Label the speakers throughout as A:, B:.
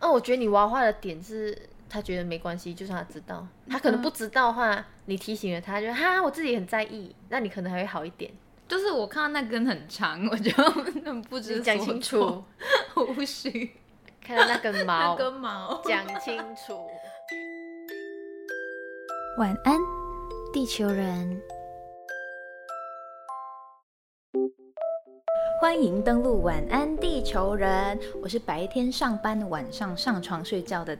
A: 嗯，我觉得你娃娃的点是，他觉得没关系，就算他知道，他可能
B: 嗯
A: 不知道的话，你提醒了他，就哈，我自己很在意，那你可能还会好一点。
B: 就是我看到那根很长， 我就很不知
A: 你讲
B: 所
A: 清
B: 措
A: 楚，，
B: 无须
A: 看到那根毛，
B: 毛。
A: 讲清 楚。
C: 晚安，地球人。欢迎登录晚安地球人，我是白天上班、晚上上床睡觉的。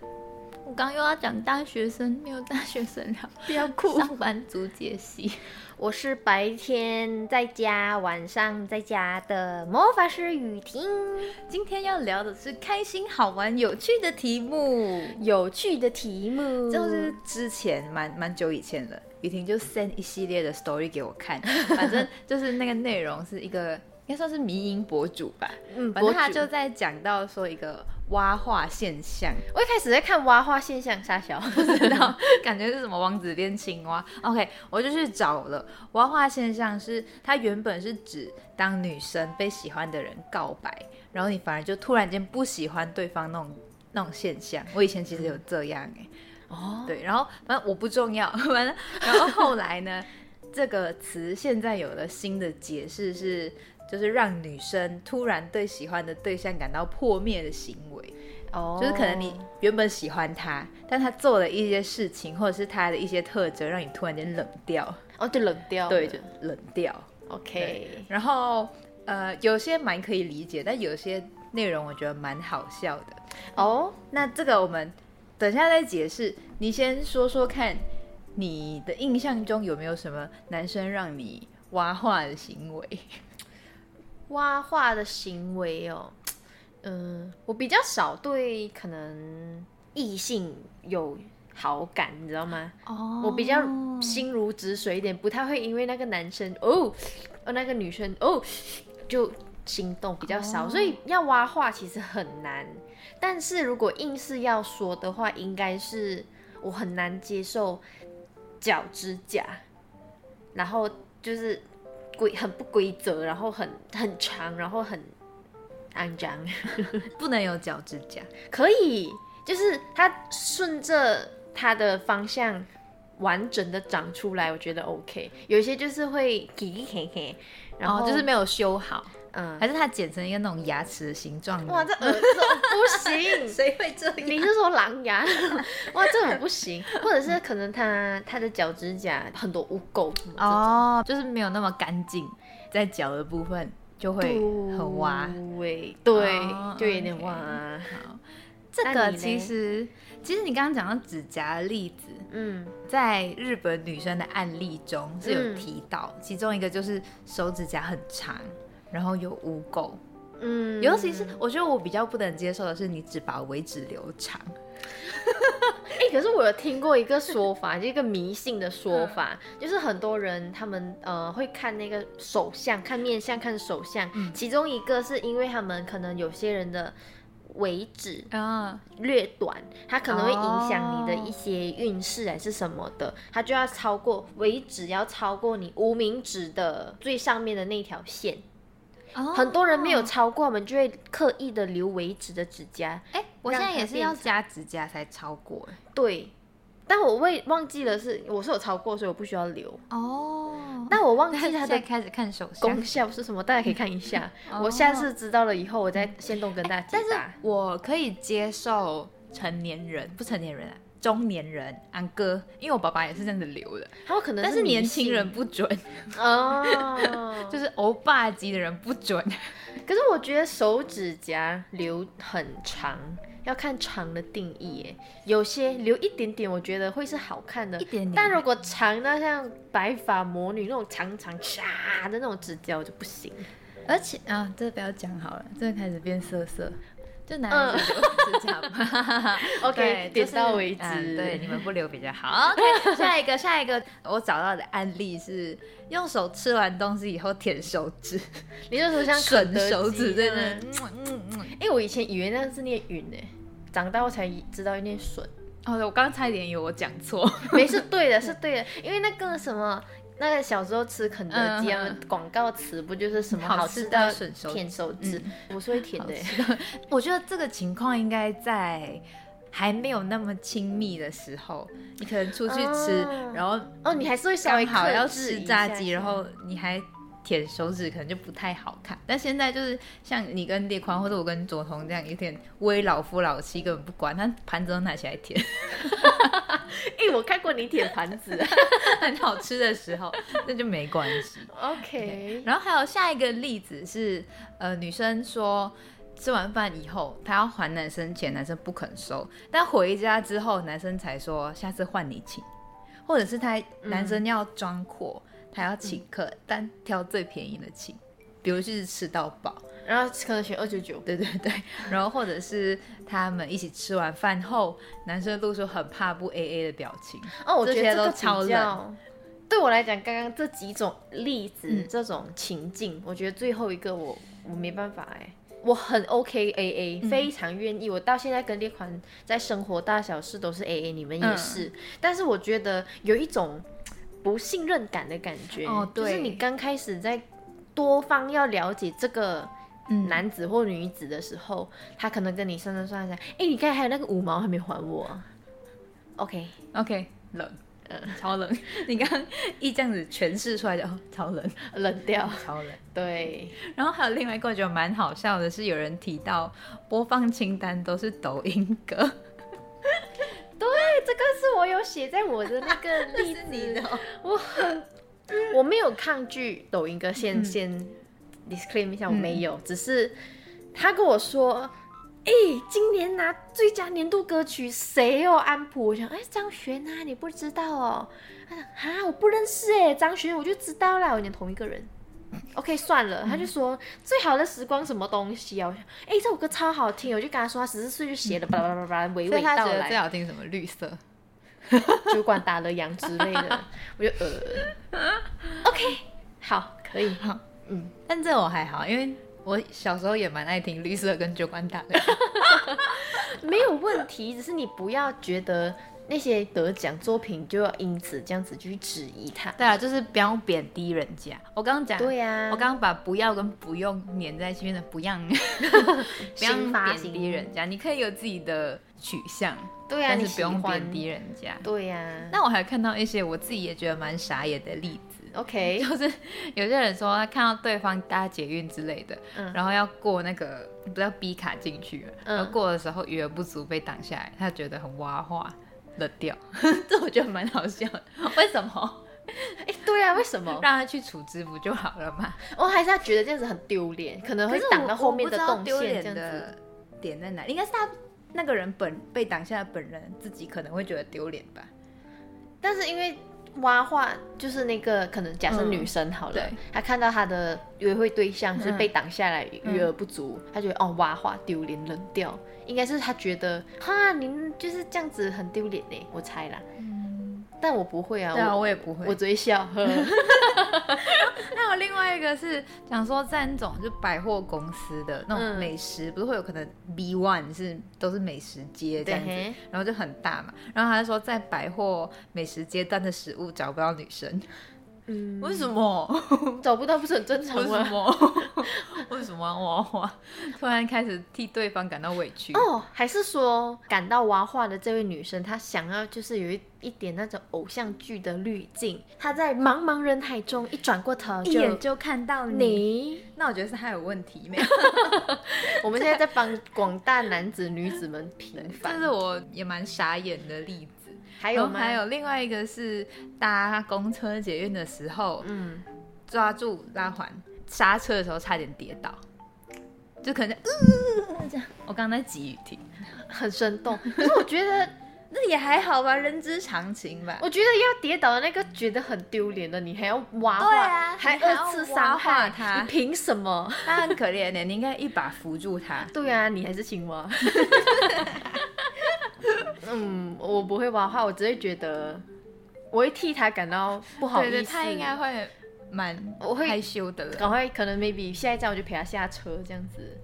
B: 我刚又要讲大学生，没有大学生了，
A: 不要哭
B: 上班族解析。
A: 我是白天在家，晚上在家的魔法师雨婷。
B: 今天要聊的是开心、好玩、有趣的题目。
A: 有趣的题目
C: 就是之前蛮蛮久以前了，雨婷就 send 一系列的 story 给我看，
B: 反正就是那个内容是一个，应该算是迷因博主吧。
A: 嗯，
B: 反
A: 博
B: 正他
A: 主
B: 就在讲到说一个蛙化现象，
A: 我一开始在看蛙化现象，傻小，
B: 然后感觉是什么王子变青蛙。OK，我就去找了蛙化现象是，它原本是指当女生被喜欢的人告白，然后你反而就突然间不喜欢对方那种那种现象。我以前其实有这样哎、
A: 哦，
B: 对，然后反正我不重要， 反正然后后来呢， 这个词现在有了新的解释是，就是让女生突然对喜欢的对象感到破灭的行为，
A: 哦，
B: 就是可能你原本喜欢他，但他做了一些事情或者是他的一些特征，让你突然间冷掉，
A: 哦就冷掉了，
B: 对，就冷掉。
A: OK，
B: 然后呃，有些蛮可以理解，但有些内容我觉得蛮好笑的。
A: 哦，
B: 那这个我们等一下再解释。你先说说看，你的印象中有没有什么男生让你挖话的行为？
A: 蛙化的行为哦，嗯、我比较少对可能异性有好感，你知道吗？
B: 哦
A: 我比较心如止水一点，不太会因为那个男生哦，呃那个女生哦就心动比较少，
B: 哦
A: 所以要挖话其实很难。但是如果硬是要说的话，应该是我很难接受脚指甲，然后就是规很不规则，然后很很长，然后很肮脏。
B: 不能有脚趾甲，
A: 可以，就是它顺着它的方向完整的长出来，我觉得 OK。有一些就是会嘿嘿嘿，然后、
B: 哦、就是没有修好，
A: 嗯，
B: 还是它剪成一个那种牙齿的形状呢？
A: 哇，这耳朵 不行。
B: 谁会这样？
A: 你是说狼牙？ 哇，这种不行，或者是可能它它的脚指甲很多污垢什么这种
B: 哦，就是没有那么干净，在脚的部分就会很挖。
A: 对对，
B: 哦
A: 就有点
B: OK
A: 挖。
B: 好，这
A: 那
B: 个
A: 你嘞
B: 其实其实你刚刚讲到指甲的例子，
A: 嗯，
B: 在日本女生的案例中是有提到，其中一个就是手指甲很长，然后有污垢，
A: 嗯，
B: 尤其是我觉得我比较不能接受的是，你只把尾指留长，
A: 哎、可是我有听过一个说法， 就一个迷信的
B: 嗯
A: 说法，就是很多人他们呃会看那个手相，看面相，看手相。
B: 嗯
A: 其中一个是因为他们可能有些人的尾指
B: 啊，
A: 略短，它可能会影响你的
B: 哦
A: 一些运势还是什么的，它就要超过尾指要超过你无名指的最上面的那条线。
B: 哦
A: 很多人没有超过，我们就会刻意的留尾指的指甲，
B: 哎、我现在也是
A: 让它
B: 要
A: 变
B: 加指甲才超过哎
A: 对，但我未忘记了是我是有超过，所以我不需要留。
B: 哦那
A: 但我忘
B: 但
A: 记
B: 是
A: 它
B: 现在
A: 的
B: 开始看手相
A: 功。效是什么，大家可以看一下
B: 哦。
A: 我下次知道了以后，我再先动跟大家
B: 但
A: 解
B: 是
A: 答。
B: 我可以接受成年人，不成年人啊，中年人，安哥，因为我爸爸也是这样子留的，
A: 他们可能
B: 但是
A: 是
B: 年
A: 迷
B: 轻
A: 信
B: 人不 准，
A: 哦，
B: 就是欧巴级的人不准。
A: 可是我觉得手指甲留很长，要看长的定义耶。有些留一点点，我觉得会是好看的。
B: 一点点
A: 但如果长到像白发魔女那种长长唰的那种指甲，我就不行。
B: 而且啊，这不要讲好了，这开始变色色，就男
A: 嗯
B: 人指甲 吧。
A: OK，
B: 对
A: 点
B: 就是
A: 到为
B: 嗯
A: 止。
B: 对，你们不留比较 好。OK，下一个，下一个，我找到的案例是用手吃完东西以后舔手指，
A: 你就说像肯
B: 吮
A: 德基
B: 手指，真
A: 这样
B: 的，嗯嗯嗯。
A: 哎、我以前以为那是念允呢、长大后才知道念笋。
B: 哦，我刚差一点以为我讲错。
A: 没是对的，是对的，因为那个什么。那个小时候吃肯德基啊
B: 嗯嗯，
A: 广告词不就是什么
B: 好
A: 好
B: 吃
A: 吃
B: 到
A: 到
B: 吮手
A: 舔手
B: 指
A: 指？
B: 嗯
A: 我是会舔的欸，
B: 我觉得这个情况应该在还没有那么亲密的时候，你可能出去吃，
A: 哦
B: 然后
A: 哦，你还是会稍微
B: 刚好
A: 克
B: 要
A: 制
B: 吃
A: 一
B: 炸
A: 下
B: 鸡，
A: 下
B: 然后你还舔手指，可能就不太好看。但现在就是像你跟列宽或者我跟佐藤这样，有点微老夫老妻，根本不管，他盘子都拿起来舔，
A: 哎、我看过你舔盘子
B: 很好吃的时候，那就没关系。
A: ，OK，
B: 然后还有下一个例子是，呃，女生说吃完饭以后，她要还男生钱，男生不肯收，但回家之后，男生才说下次换你请，或者是他男生要装阔，他要请客，但挑最便宜的请，比如就是吃到饱，
A: 然后可能选二九九，
B: 对对对，然后或者是他们一起吃完饭后，男生露出很怕不 A A 的表情，
A: 哦，我
B: 这
A: 觉
B: 些
A: 得
B: 都
A: 这个
B: 超
A: 比较，对我来讲，刚刚这几种例子、
B: 嗯
A: 这种情境，我觉得最后一个我我没办法哎、我很 OK A A，、非
B: 嗯
A: 常愿意。我到现在跟列款在生活大小事都是 A A，你们
B: 嗯
A: 也是。但是我觉得有一种不信任感的感觉，
B: 哦
A: 就是
B: 对
A: 你刚开始在多方要了解这个
B: 嗯
A: 男子或女子的时候，他可能跟你算算算算，哎、你刚才还有那个五毛还没还我啊，OK，
B: OK，冷，超冷。 你刚刚一这样子诠释出来就哦，超冷，
A: 冷掉，
B: 超冷。
A: 对，
B: 然后还有另外一个我觉得蛮好笑的是，有人提到播放清单都是抖音歌，
A: 哎、这个是我有写在我的那 个例子，
B: 哦
A: 我很， 我没有抗拒抖音歌，先、
B: 嗯
A: 先 disclaim 一下，我
B: 嗯
A: 没有，只是他跟我说。哎、今年拿最佳年度歌曲谁哦？安普，我想，哎、张悬啊，你不知道哦？他想，啊，我不认识哎，张悬我就知道啦，我讲同一个人。OK，算
B: 嗯
A: 了，他就说最好的时光什么东西啊？我想，哎、这首歌超好听，我就跟他说，他十四岁就写
B: 嗯
A: 了，巴拉巴拉巴拉，娓
B: 所以
A: 娓
B: 他
A: 道
B: 觉得
A: 来
B: 最。好听什么绿色。
A: 主管打了烊之类的，我就呃，OK，好，可以，
B: 好
A: 嗯，
B: 但这我还好，因为我小时候也蛮爱听绿色跟酒馆打的。
A: 没有问题，只是你不要觉得那些得奖作品就要因此这样子去质疑它。
B: 对啊，就是不要贬低人家。我刚刚讲，
A: 对呀、啊，
B: 我刚刚把不要跟不用粘在一起，变成不要， 不要
A: 刑罚
B: 贬
A: 型
B: 低人家。你可以有自己的取向，
A: 对啊，
B: 但
A: 你
B: 是不用
A: 喜欢
B: 贬低，人家。
A: 对呀、
B: 那我还看到一些我自己也觉得蛮傻眼的例子，
A: OK，
B: 就是有些人说他看到对方搭捷运之类的，
A: 嗯
B: 然后要过那个不要逼卡进去嘛，
A: 嗯
B: 然后过的时候余额不足被挡下来，他觉得很挖话冷掉， 这我觉得蛮好笑的。 为什么
A: 哎、对啊，为什么？
B: 让他去处置不就好了嘛？
A: 我还是他觉得这样子很丢脸，可能
B: 可
A: 会
B: 是
A: 挡到后面动线这样子。
B: 的点在哪？应该是他那个人本被挡下的本人自己可能会觉得丢脸吧。
A: 但是因为挖话就是那个可能假设
B: 嗯
A: 女生好了
B: 对，
A: 她、看到她的约会对象是被挡下来，
B: 嗯
A: 余额不足，她觉得哦挖话丢脸冷掉，应该是她觉得哈你们就是这样子很丢脸呢，我猜啦。但我不会啊，
B: 对啊，
A: 我
B: 我也不会，
A: 嗯我只会笑。 呵
B: 还有另外一个是讲说，在那种就百货公司的那种
A: 嗯
B: 美食，不是会有可能 B one 是都是美食街这样子
A: 对嘿，
B: 然后就很大嘛。然后他就说，在百货美食街端的食物找不到女生，
A: 嗯，
B: 为什么？
A: 找不到不是很正
B: 为
A: 常
B: 什
A: 吗？
B: 么？ 为什么我花？突然开始替对方感到委屈。
A: 哦，还是说感到挖话的这位女生，她想要就是有一一点那种偶像剧的滤镜，她在茫茫人海中一转过头
B: 一
A: 就
B: 眼就看到你，
A: 你
B: 那我觉得是他有问题， 没有？
A: 我们现在在帮广大男子女子们平
B: 这
A: 反，
B: 是我也蛮傻眼的例子。
A: 还
B: 还
A: 有吗？
B: 哦还，有另外一个是搭公车捷运的时候，
A: 嗯，
B: 抓住拉环刹车的时候差点跌倒，就可能就呃这样。我刚刚在挤雨停，
A: 很生动。可是我觉得，
B: 那也还好吧，人之常情吧。
A: 我觉得要跌倒的那个觉得很丢脸的，你还要挖话，
B: 对啊
A: 还
B: 你还要
A: 二次伤
B: 挖话
A: 害
B: 他
A: 你凭什么？
B: 他很可怜的，你应该一把扶住他。
A: 对啊，你还是青 蛙。嗯，我不会挖话，我只会觉得，我会替他感到不好意
B: 对
A: 思。
B: 对，他应该会嗯蛮
A: 我会
B: 害羞的了。
A: 赶快，可能 maybe 下一站我就陪他下车这样子。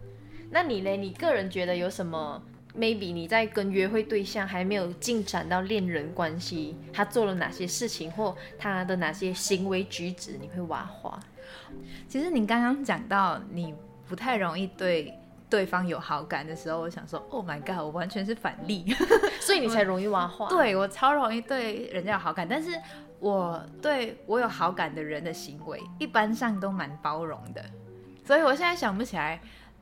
A: 那你嘞？你个人觉得有什么 maybe 你在跟约会对象还没有进展到恋人关系，他做了哪些事情或他的哪些行为举止，你会挖花。
B: 其实你刚刚讲到你不太容易对对方有好感的时候，我想说，Oh my god，我完全是反例。
A: 所以你才容易挖花。，
B: 对我超容易对人家有好感，但是我对我有好感的人的行为，一般上都蛮包容的，所以我现在想不起来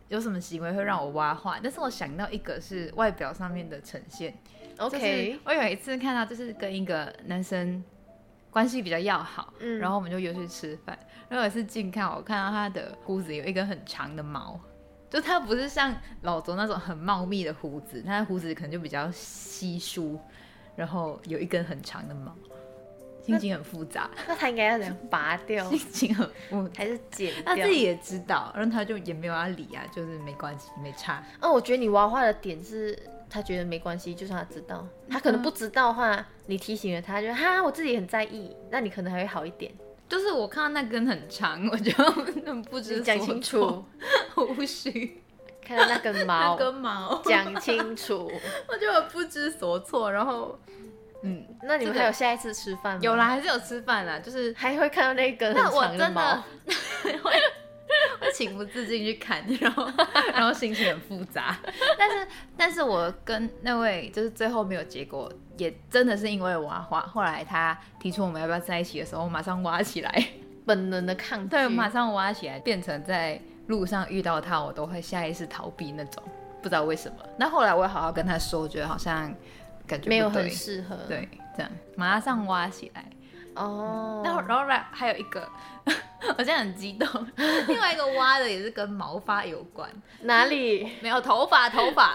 B: 有什么行为会让我挖话，但是我想到一个是外表上面的呈现就是
A: ，OK，
B: 我有一次看到就是跟一个男生关系比较要好，
A: 嗯
B: 然后我们就约去吃饭，然后有一次近看我看到他的胡子有一根很长的毛。就他不是像老周那种很茂密的胡子，他的胡子可能就比较稀疏，然后有一根很长的毛，心情很复杂，
A: 那他应该要怎样拔 掉，
B: 心情很复杂。
A: 还是剪
B: 他
A: 掉
B: 自？己也知道，然后他就也没有要理啊，就是没关系，没差。
A: 嗯，我觉得你挖花的点是，他觉得没关系，就算他知道，他可能不知道的话，你提醒了他，就哈，我自己很在意，那你可能还会好一点。
B: 就是我看到那根很长，我就 很不知
A: 你讲
B: 所
A: 清
B: 措
A: 楚，，
B: 无须
A: 看到那根毛
B: 那，根毛，
A: 讲清 楚。
B: 我就很不知所措。然后，嗯，
A: 那你们
B: 这个
A: 还有下一次吃饭吗？
B: 有啦，，还是有吃饭啦，就是
A: 还会看到那根很
B: 那我
A: 长
B: 真
A: 毛
B: 的。会会情不自禁去看，然 后然后心情很复杂。 但是但是我跟那位就是最后没有结果，也真的是因为挖花。后来他提出我们要不要在一起的时候，我马上挖起来，
A: 本能的抗拒，
B: 对，马上挖起来，变成在路上遇到他，我都会下意识逃避那种，不知道为什么。那后来我也好好跟他说，我觉得好像感觉不
A: 没有
B: 对
A: 很适合。
B: 对，这样马上挖起来。
A: 哦，
B: 然后，然后来还有一个， 我现在很激动。另外一个挖的也是跟毛发有关，
A: 哪里？
B: 没有头发，头 发，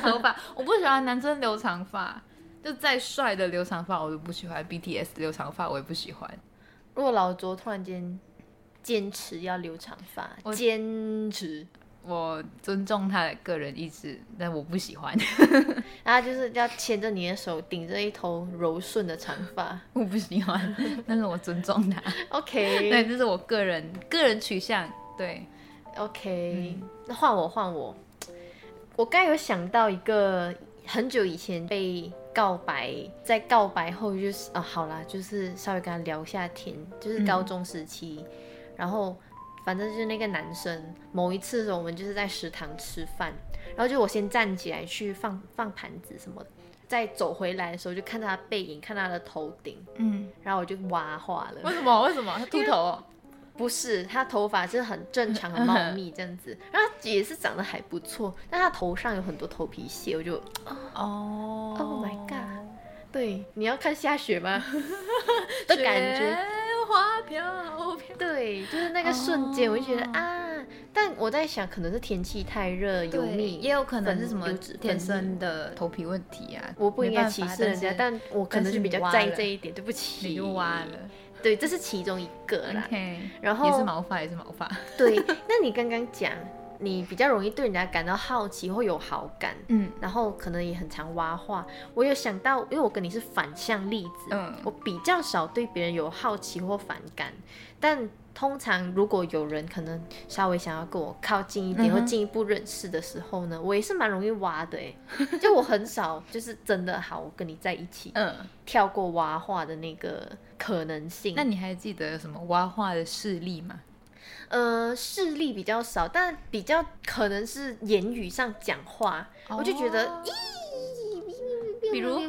B: 头发。我不喜欢男生留长发，就再帅的留长发我都不喜欢，BTS 留长发我也不喜欢。
A: 如果老卓突然间坚持要留长发，
B: 我
A: 坚持，
B: 我尊重他的个人意志，但我不喜欢，
A: 然后就是要牵着你的手，顶着一头柔顺的长发。
B: 我不喜欢， 但是我尊重他。对，
A: OK，OK，、
B: 这是我个人个人取向。对，
A: 那换我换我，我刚有想到一个很久以前被告白，在告白后就是啊，好啦，就是稍微跟他聊一下天，就是高中时期，然后反正就是那个男生，某一次的时候我们就是在食堂吃饭，然后就我先站起来去放放盘子什么的，再走回来的时候就看到他背影，看他的头顶，
B: 嗯，
A: 然后我就哇化了。
B: 为什么？为什么他秃头哦？
A: 不是，他头发是很正常、很茂密这样 子，然后他也是长得还不错，但他头上有很多头皮屑，我就
B: 哦
A: Oh my god 对，你要看下雪吗？ 的感觉，
B: 花飘飘。
A: 对，就是那个瞬间，我就觉得、
B: 哦
A: 啊，但我在想，可能是天气太热，油腻，
B: 也有可能是什么
A: 油脂分泌
B: 天生的头皮问题啊，
A: 我不应该
B: 没办
A: 歧
B: 法
A: 视人家，
B: 但
A: 但我可能
B: 但是
A: 是比
B: 你
A: 较
B: 挖
A: 在意
B: 了
A: 这一点，对不起，
B: 你就挖了，
A: 对，这是其中一个啦。
B: ，OK，
A: 然后
B: 也是毛发，也是毛发，
A: 对，那你刚刚讲，你比较容易对人家感到好奇或有好感，
B: 嗯
A: 然后可能也很常挖话。我有想到，因为我跟你是反向例子，
B: 嗯
A: 我比较少对别人有好奇或反感，但通常如果有人可能稍微想要跟我靠近一点、
B: 嗯
A: 或
B: 哼
A: 进一步认识的时候呢，我也是蛮容易挖的诶，就我很少就是真的好我跟你在一起，
B: 嗯，
A: 跳过挖话的那个可能性。
B: 那你还记得有什么挖化的事例吗？
A: 呃，视力比较少，但比较可能是言语上讲话，我就觉得，
B: 哦
A: 咦
B: 比如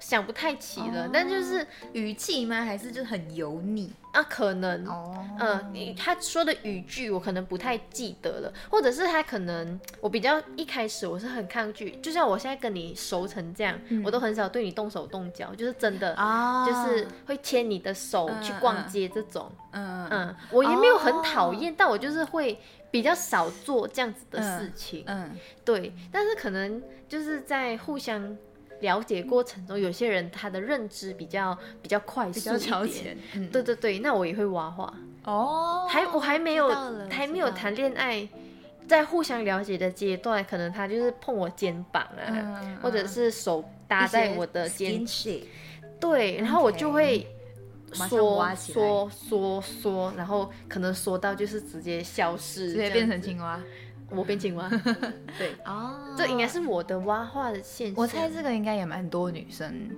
A: 想不太起了，
B: 哦
A: 但就是
B: 语气吗？还是就是很油腻？
A: 啊，可能。
B: 哦
A: 嗯，你他说的语句我可能不太记得了，或者是他可能我比较一开始我是很抗拒，就像我现在跟你熟成这样，
B: 嗯
A: 我都很少对你动手动脚，就是真的，
B: 啊
A: 就是会牵你的手
B: 嗯
A: 去
B: 嗯
A: 逛街这种。
B: 嗯
A: 嗯，我也没有很讨
B: 哦
A: 厌，但我就是会比较少做这样子的事情。
B: 嗯
A: 对，但是可能就是在互相了解过程中，有些人他的认知比较比较快
B: 比
A: 速
B: 较
A: 一
B: 超
A: 点。
B: 前，嗯
A: 对对对，那我也会挖话，
B: 哦，
A: 还我还没有
B: 知道了
A: 还没有谈恋爱，在互相了解的阶段，可能他就是碰我肩膀啊，
B: 嗯
A: 或者是手搭在我的肩，
B: skinship
A: 对，然后我就会
B: 马上
A: 缩
B: 挖起来
A: 缩缩缩，然后可能缩到就是直接消失，
B: 直接
A: 这样
B: 变成
A: 子
B: 青蛙。
A: 我变青蛙， 对，
C: 哦
A: 这应该是我的蛙化的现象。
B: 我猜这个应该也蛮多女生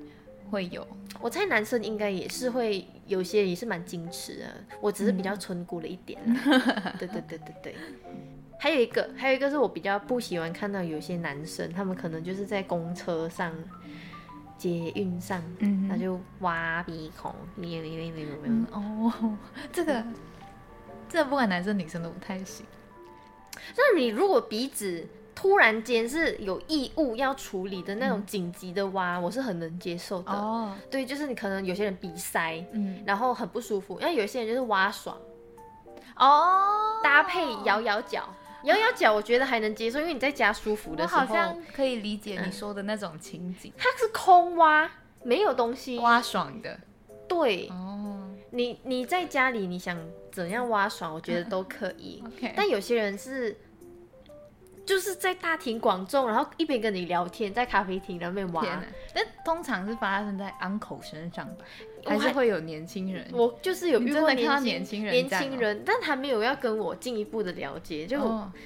B: 会有，
A: 我猜男生应该也是会有些也是蛮矜持的，我只是比
B: 嗯
A: 较淳朴了一点 啦。对对对对对。还有一个，还有一个是我比较不喜欢看到有些男生，他们可能就是在公车上、捷运上，
B: 嗯
A: 他就挖鼻孔，咩咩咩咩咩咩
B: 嗯哦，这个这不管男生女生都不太行。
A: 那你如果鼻子突然间是有异物要处理的那种紧急的挖，我是很能接受的。
B: 哦，
A: 对，就是你可能有些人鼻塞，
B: 嗯，
A: 然后很不舒服，因为有些人就是挖爽。
B: 哦，
A: 搭配摇摇脚，摇摇脚我觉得还能接受，因为你在家舒服
B: 我
A: 的时候，
B: 好像可以理解你说的那种情景，
A: 它是空挖，没有东西。
B: 挖爽的。
A: 对
B: 哦
A: 你，你在家里你想怎样挖爽，我觉得都可以。
B: ，OK，
A: 但有些人是。就是在大庭广众，然后一边跟你聊天，在咖啡厅那边挖。
B: 天啊哪！但通常是发生在 uncle 身上吧，
A: 我
B: 还
A: 还
B: 是会有年轻人？
A: 我就是有遇
B: 欸你
A: 过
B: 真的看到
A: 年
B: 年
A: 轻
B: 轻人
A: 年
B: 这样
A: 轻
B: 哦
A: 人，但他没有要跟我进一步的了解，就我
B: 哦，嗯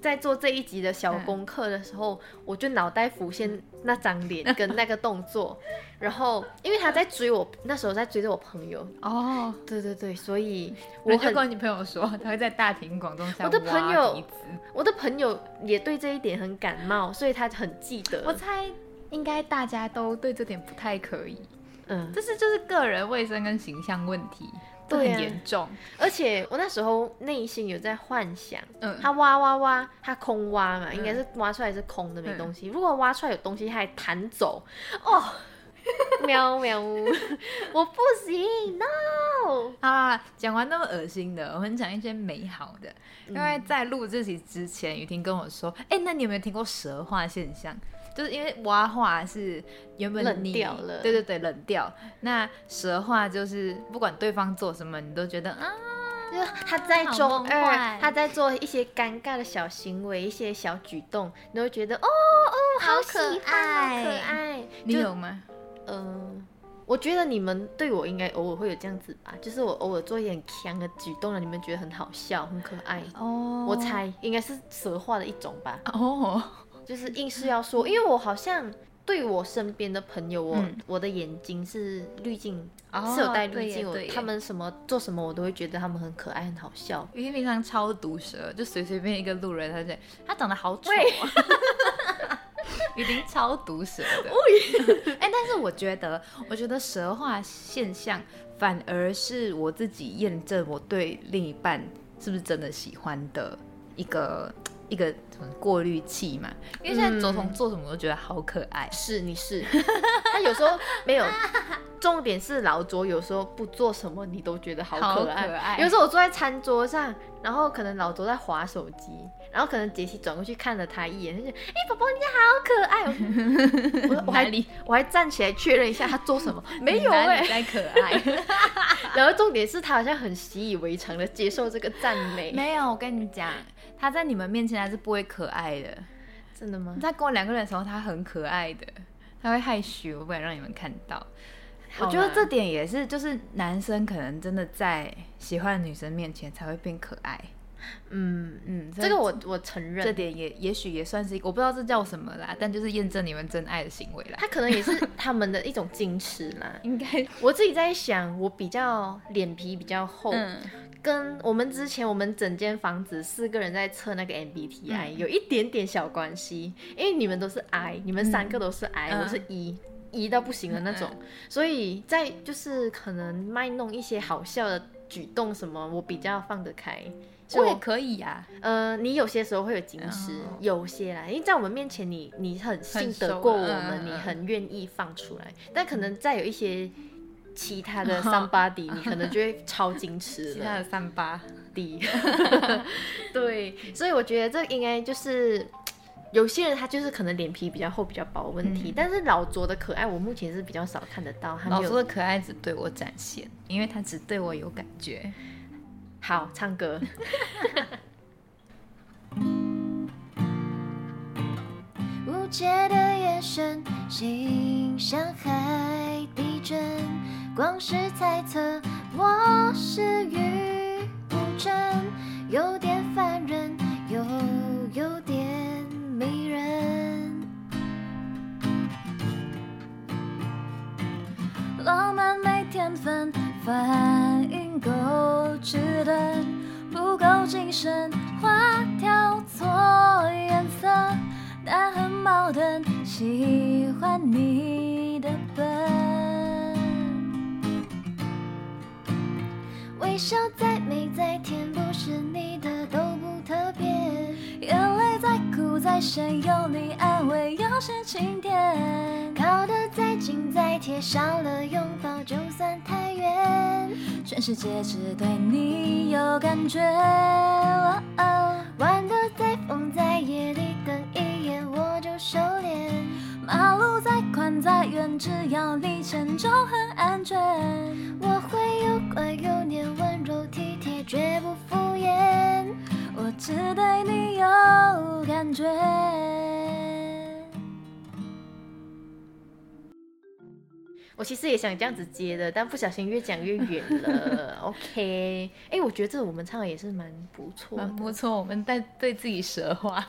A: 在做这一集的小功课的时候，我就脑袋浮现那张脸跟那个动 作，然后因为他在追我，那时候在追着我朋友，
B: 哦，
A: 对对对，所 以
B: 我
A: 我
B: 就
A: 很
B: 跟你朋友说，他会在大庭广众下
A: 我的
B: 挖
A: 朋友
B: 鼻子
A: 我的朋友也对这一点很感冒，所以他很记
B: 我
A: 得，
B: 猜应该大家都对这点不太可以，
A: 嗯，
B: 这是就是个人卫生跟形象问题，这很
A: 对啊
B: 严重。
A: 而且我那时候内心有在幻想，
B: 嗯，
A: 他挖挖挖，他空挖嘛，
B: 嗯
A: 应该是挖出来是空的没
B: 嗯
A: 东西。如果挖出来有东西，他还弹 走，哦，喵喵，我不行，no。
B: 好啦，讲完那么恶心的，我们讲一些美好的。因为在录这集之前，雨婷跟我说：“哎、那你有没有听过蛇化现象？就是因为蛙化是原本
A: 冷
B: 你
A: 掉了
B: 对对对，冷掉。那蛇化就是不管对方做什么，你都觉得啊，
A: 就是他在
B: 好
A: 周
B: 梦
A: 二
B: 幻，
A: 他在做一些尴尬的小行为，一些小举动，你会觉得哦哦，好喜欢哦
C: 可爱
A: 可爱。
B: 你有吗？
A: 嗯、我觉得你们对我应该偶尔会有这样子吧，就是我偶尔做一点强的举动，让你们觉得很好笑、很可爱。
B: 哦
A: 我猜应该是蛇化的一种吧，
B: 哦，
A: 就是硬是要说，因为我好像对我身边的朋友，我、
B: 嗯
A: 我的眼睛是滤镜，
B: 哦
A: 是有带
B: 对
A: 滤
B: 耶
A: 镜，我
B: 对耶
A: 他们什么做什么，我都会觉得他们很可爱、很好笑。
B: 雨婷平常超毒舌，就随随便一个路人，他就他长得好丑、
A: 喂
B: 啊。雨婷超毒舌的， 哎、但是我觉得，我觉得蛇化现象反而是我自己验证我对另一半是不是真的喜欢的一个一个什么过滤器嘛。因为现在
A: 嗯
B: 左彤做什么都觉得好可爱，
A: 是你 是，他有时候没有。重点是老卓有时候不做什么，你都觉得好可爱。
B: 好可爱
A: 有时候我坐在餐桌上，然后可能老卓在划手机，然后可能杰西转过去看了他一眼，他就哎、宝宝你好可爱哦。我我 我
B: 哪
A: 还
B: 里
A: 我还站起来确认一下他做 什么，没有
B: 哪
A: 哎、
B: 里在可爱。
A: 然后重点是他好像很习以为常的接受这个赞美。
B: 没有，我跟你讲，他在你们面前他是不会可爱的。
A: 真的吗？
B: 他跟我两个人的时候，他很可爱的，他会害羞，不敢让你们看到。我觉得这点也是，就是男生可能真的在喜欢的女生面前才会变可爱。
A: 嗯，
B: 嗯，所以
A: 这个我我承认，
B: 这点也也许也算是一个，我不知道这叫什么啦，但就是验证你们真爱的行为啦。
A: 他可能也是他们的一种矜持啦。
B: 应该，
A: 我自己在想，我比较脸皮比较厚，
B: 嗯，
A: 跟我们之前我们整间房子四个人在测那个 MBTI、
B: 嗯
A: 有一点点小关系，因为你们都是 I，你们三个都是 I，、
B: 嗯
A: 我是 E。E 到不行的那种，所以在就是可能卖弄一些好笑的举动什么，我比较放得开。所
B: 我
A: 以
B: 也
A: 我，
B: 可以啊呀、
A: 呃，你有些时候会有矜持，
B: 哦
A: 有些啦，因为在我们面前你你很信
B: 很
A: 得
B: 熟
A: 过我
B: 嗯
A: 们，
B: 嗯
A: 你
B: 嗯
A: 很愿意放出来，但可能再有一些其他 的 somebody，你可能就会超矜持
B: 其
A: 了
B: 他。的三八，
A: 低。 对，所以我觉得这应该就是有些人他就是可能脸皮比较厚、比较薄的问题，但是老卓的可爱我目前是比较少看得到，还
B: 嗯老
A: 没
B: 师
A: 有
B: 的可爱只对我展现，因为他只对我有感觉。
A: 好唱歌。
C: 无解的眼神，心像海地震，光是猜测我是与不真，有点烦人，有天分，反应够迟钝，不够谨慎，花挑错颜色，但很矛盾，喜欢你的笨。微笑再美再甜，不是你的都不特别。眼泪再苦再咸，有你安慰又是晴天。靠得再近再贴，少了拥抱就算太远。全世界只对你有感觉。哦哦玩得再疯在夜里，等一夜我就收敛。马路再宽再远，只要你牵就很安全。我会又乖又黏，温柔体贴，绝不敷衍。我只对你有感觉。
A: 我其实也想这样子接的，但不小心越讲越远了。OK，哎、我觉得这我们唱的也是蛮不错
B: 蛮
A: 的，
B: 不错，我们在对自己蛇 话，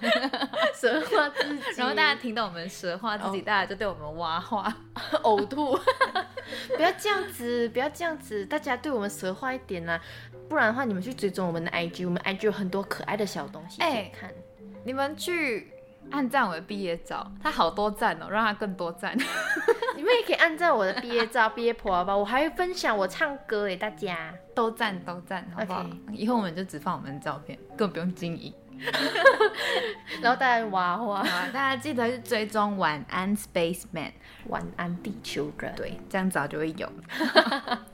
A: 蛇化自己，
B: 然后大家听到我们蛇话，自己
A: 哦
B: 大家就对我们挖话。
A: 呕吐， 不要这样子，不要这样子，大家对我们蛇化一点啦、不然的话你们去追踪我们的 IG，我们 IG 有很多可爱的小东西可以
B: 哎
A: 看。
B: 你们去按赞我的毕业照，他好多赞哦，让他更多赞。
A: 你们也可以按照我的毕业照、毕业谱好吧，我还会分享我唱歌给大家。
B: 都赞都赞，好不好
A: OK
B: 以后我们就只放我们的照片，更不用经营。
A: 然后大家娃娃，
B: 好啊，大家记得去追踪晚安 Spaceman，
A: 晚安地球人。
B: 对，这样早就会有。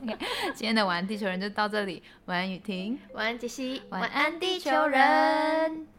B: OK，今天的晚安地球人就到这里，晚安雨婷，
A: 晚安杰西，
B: 晚安地球人。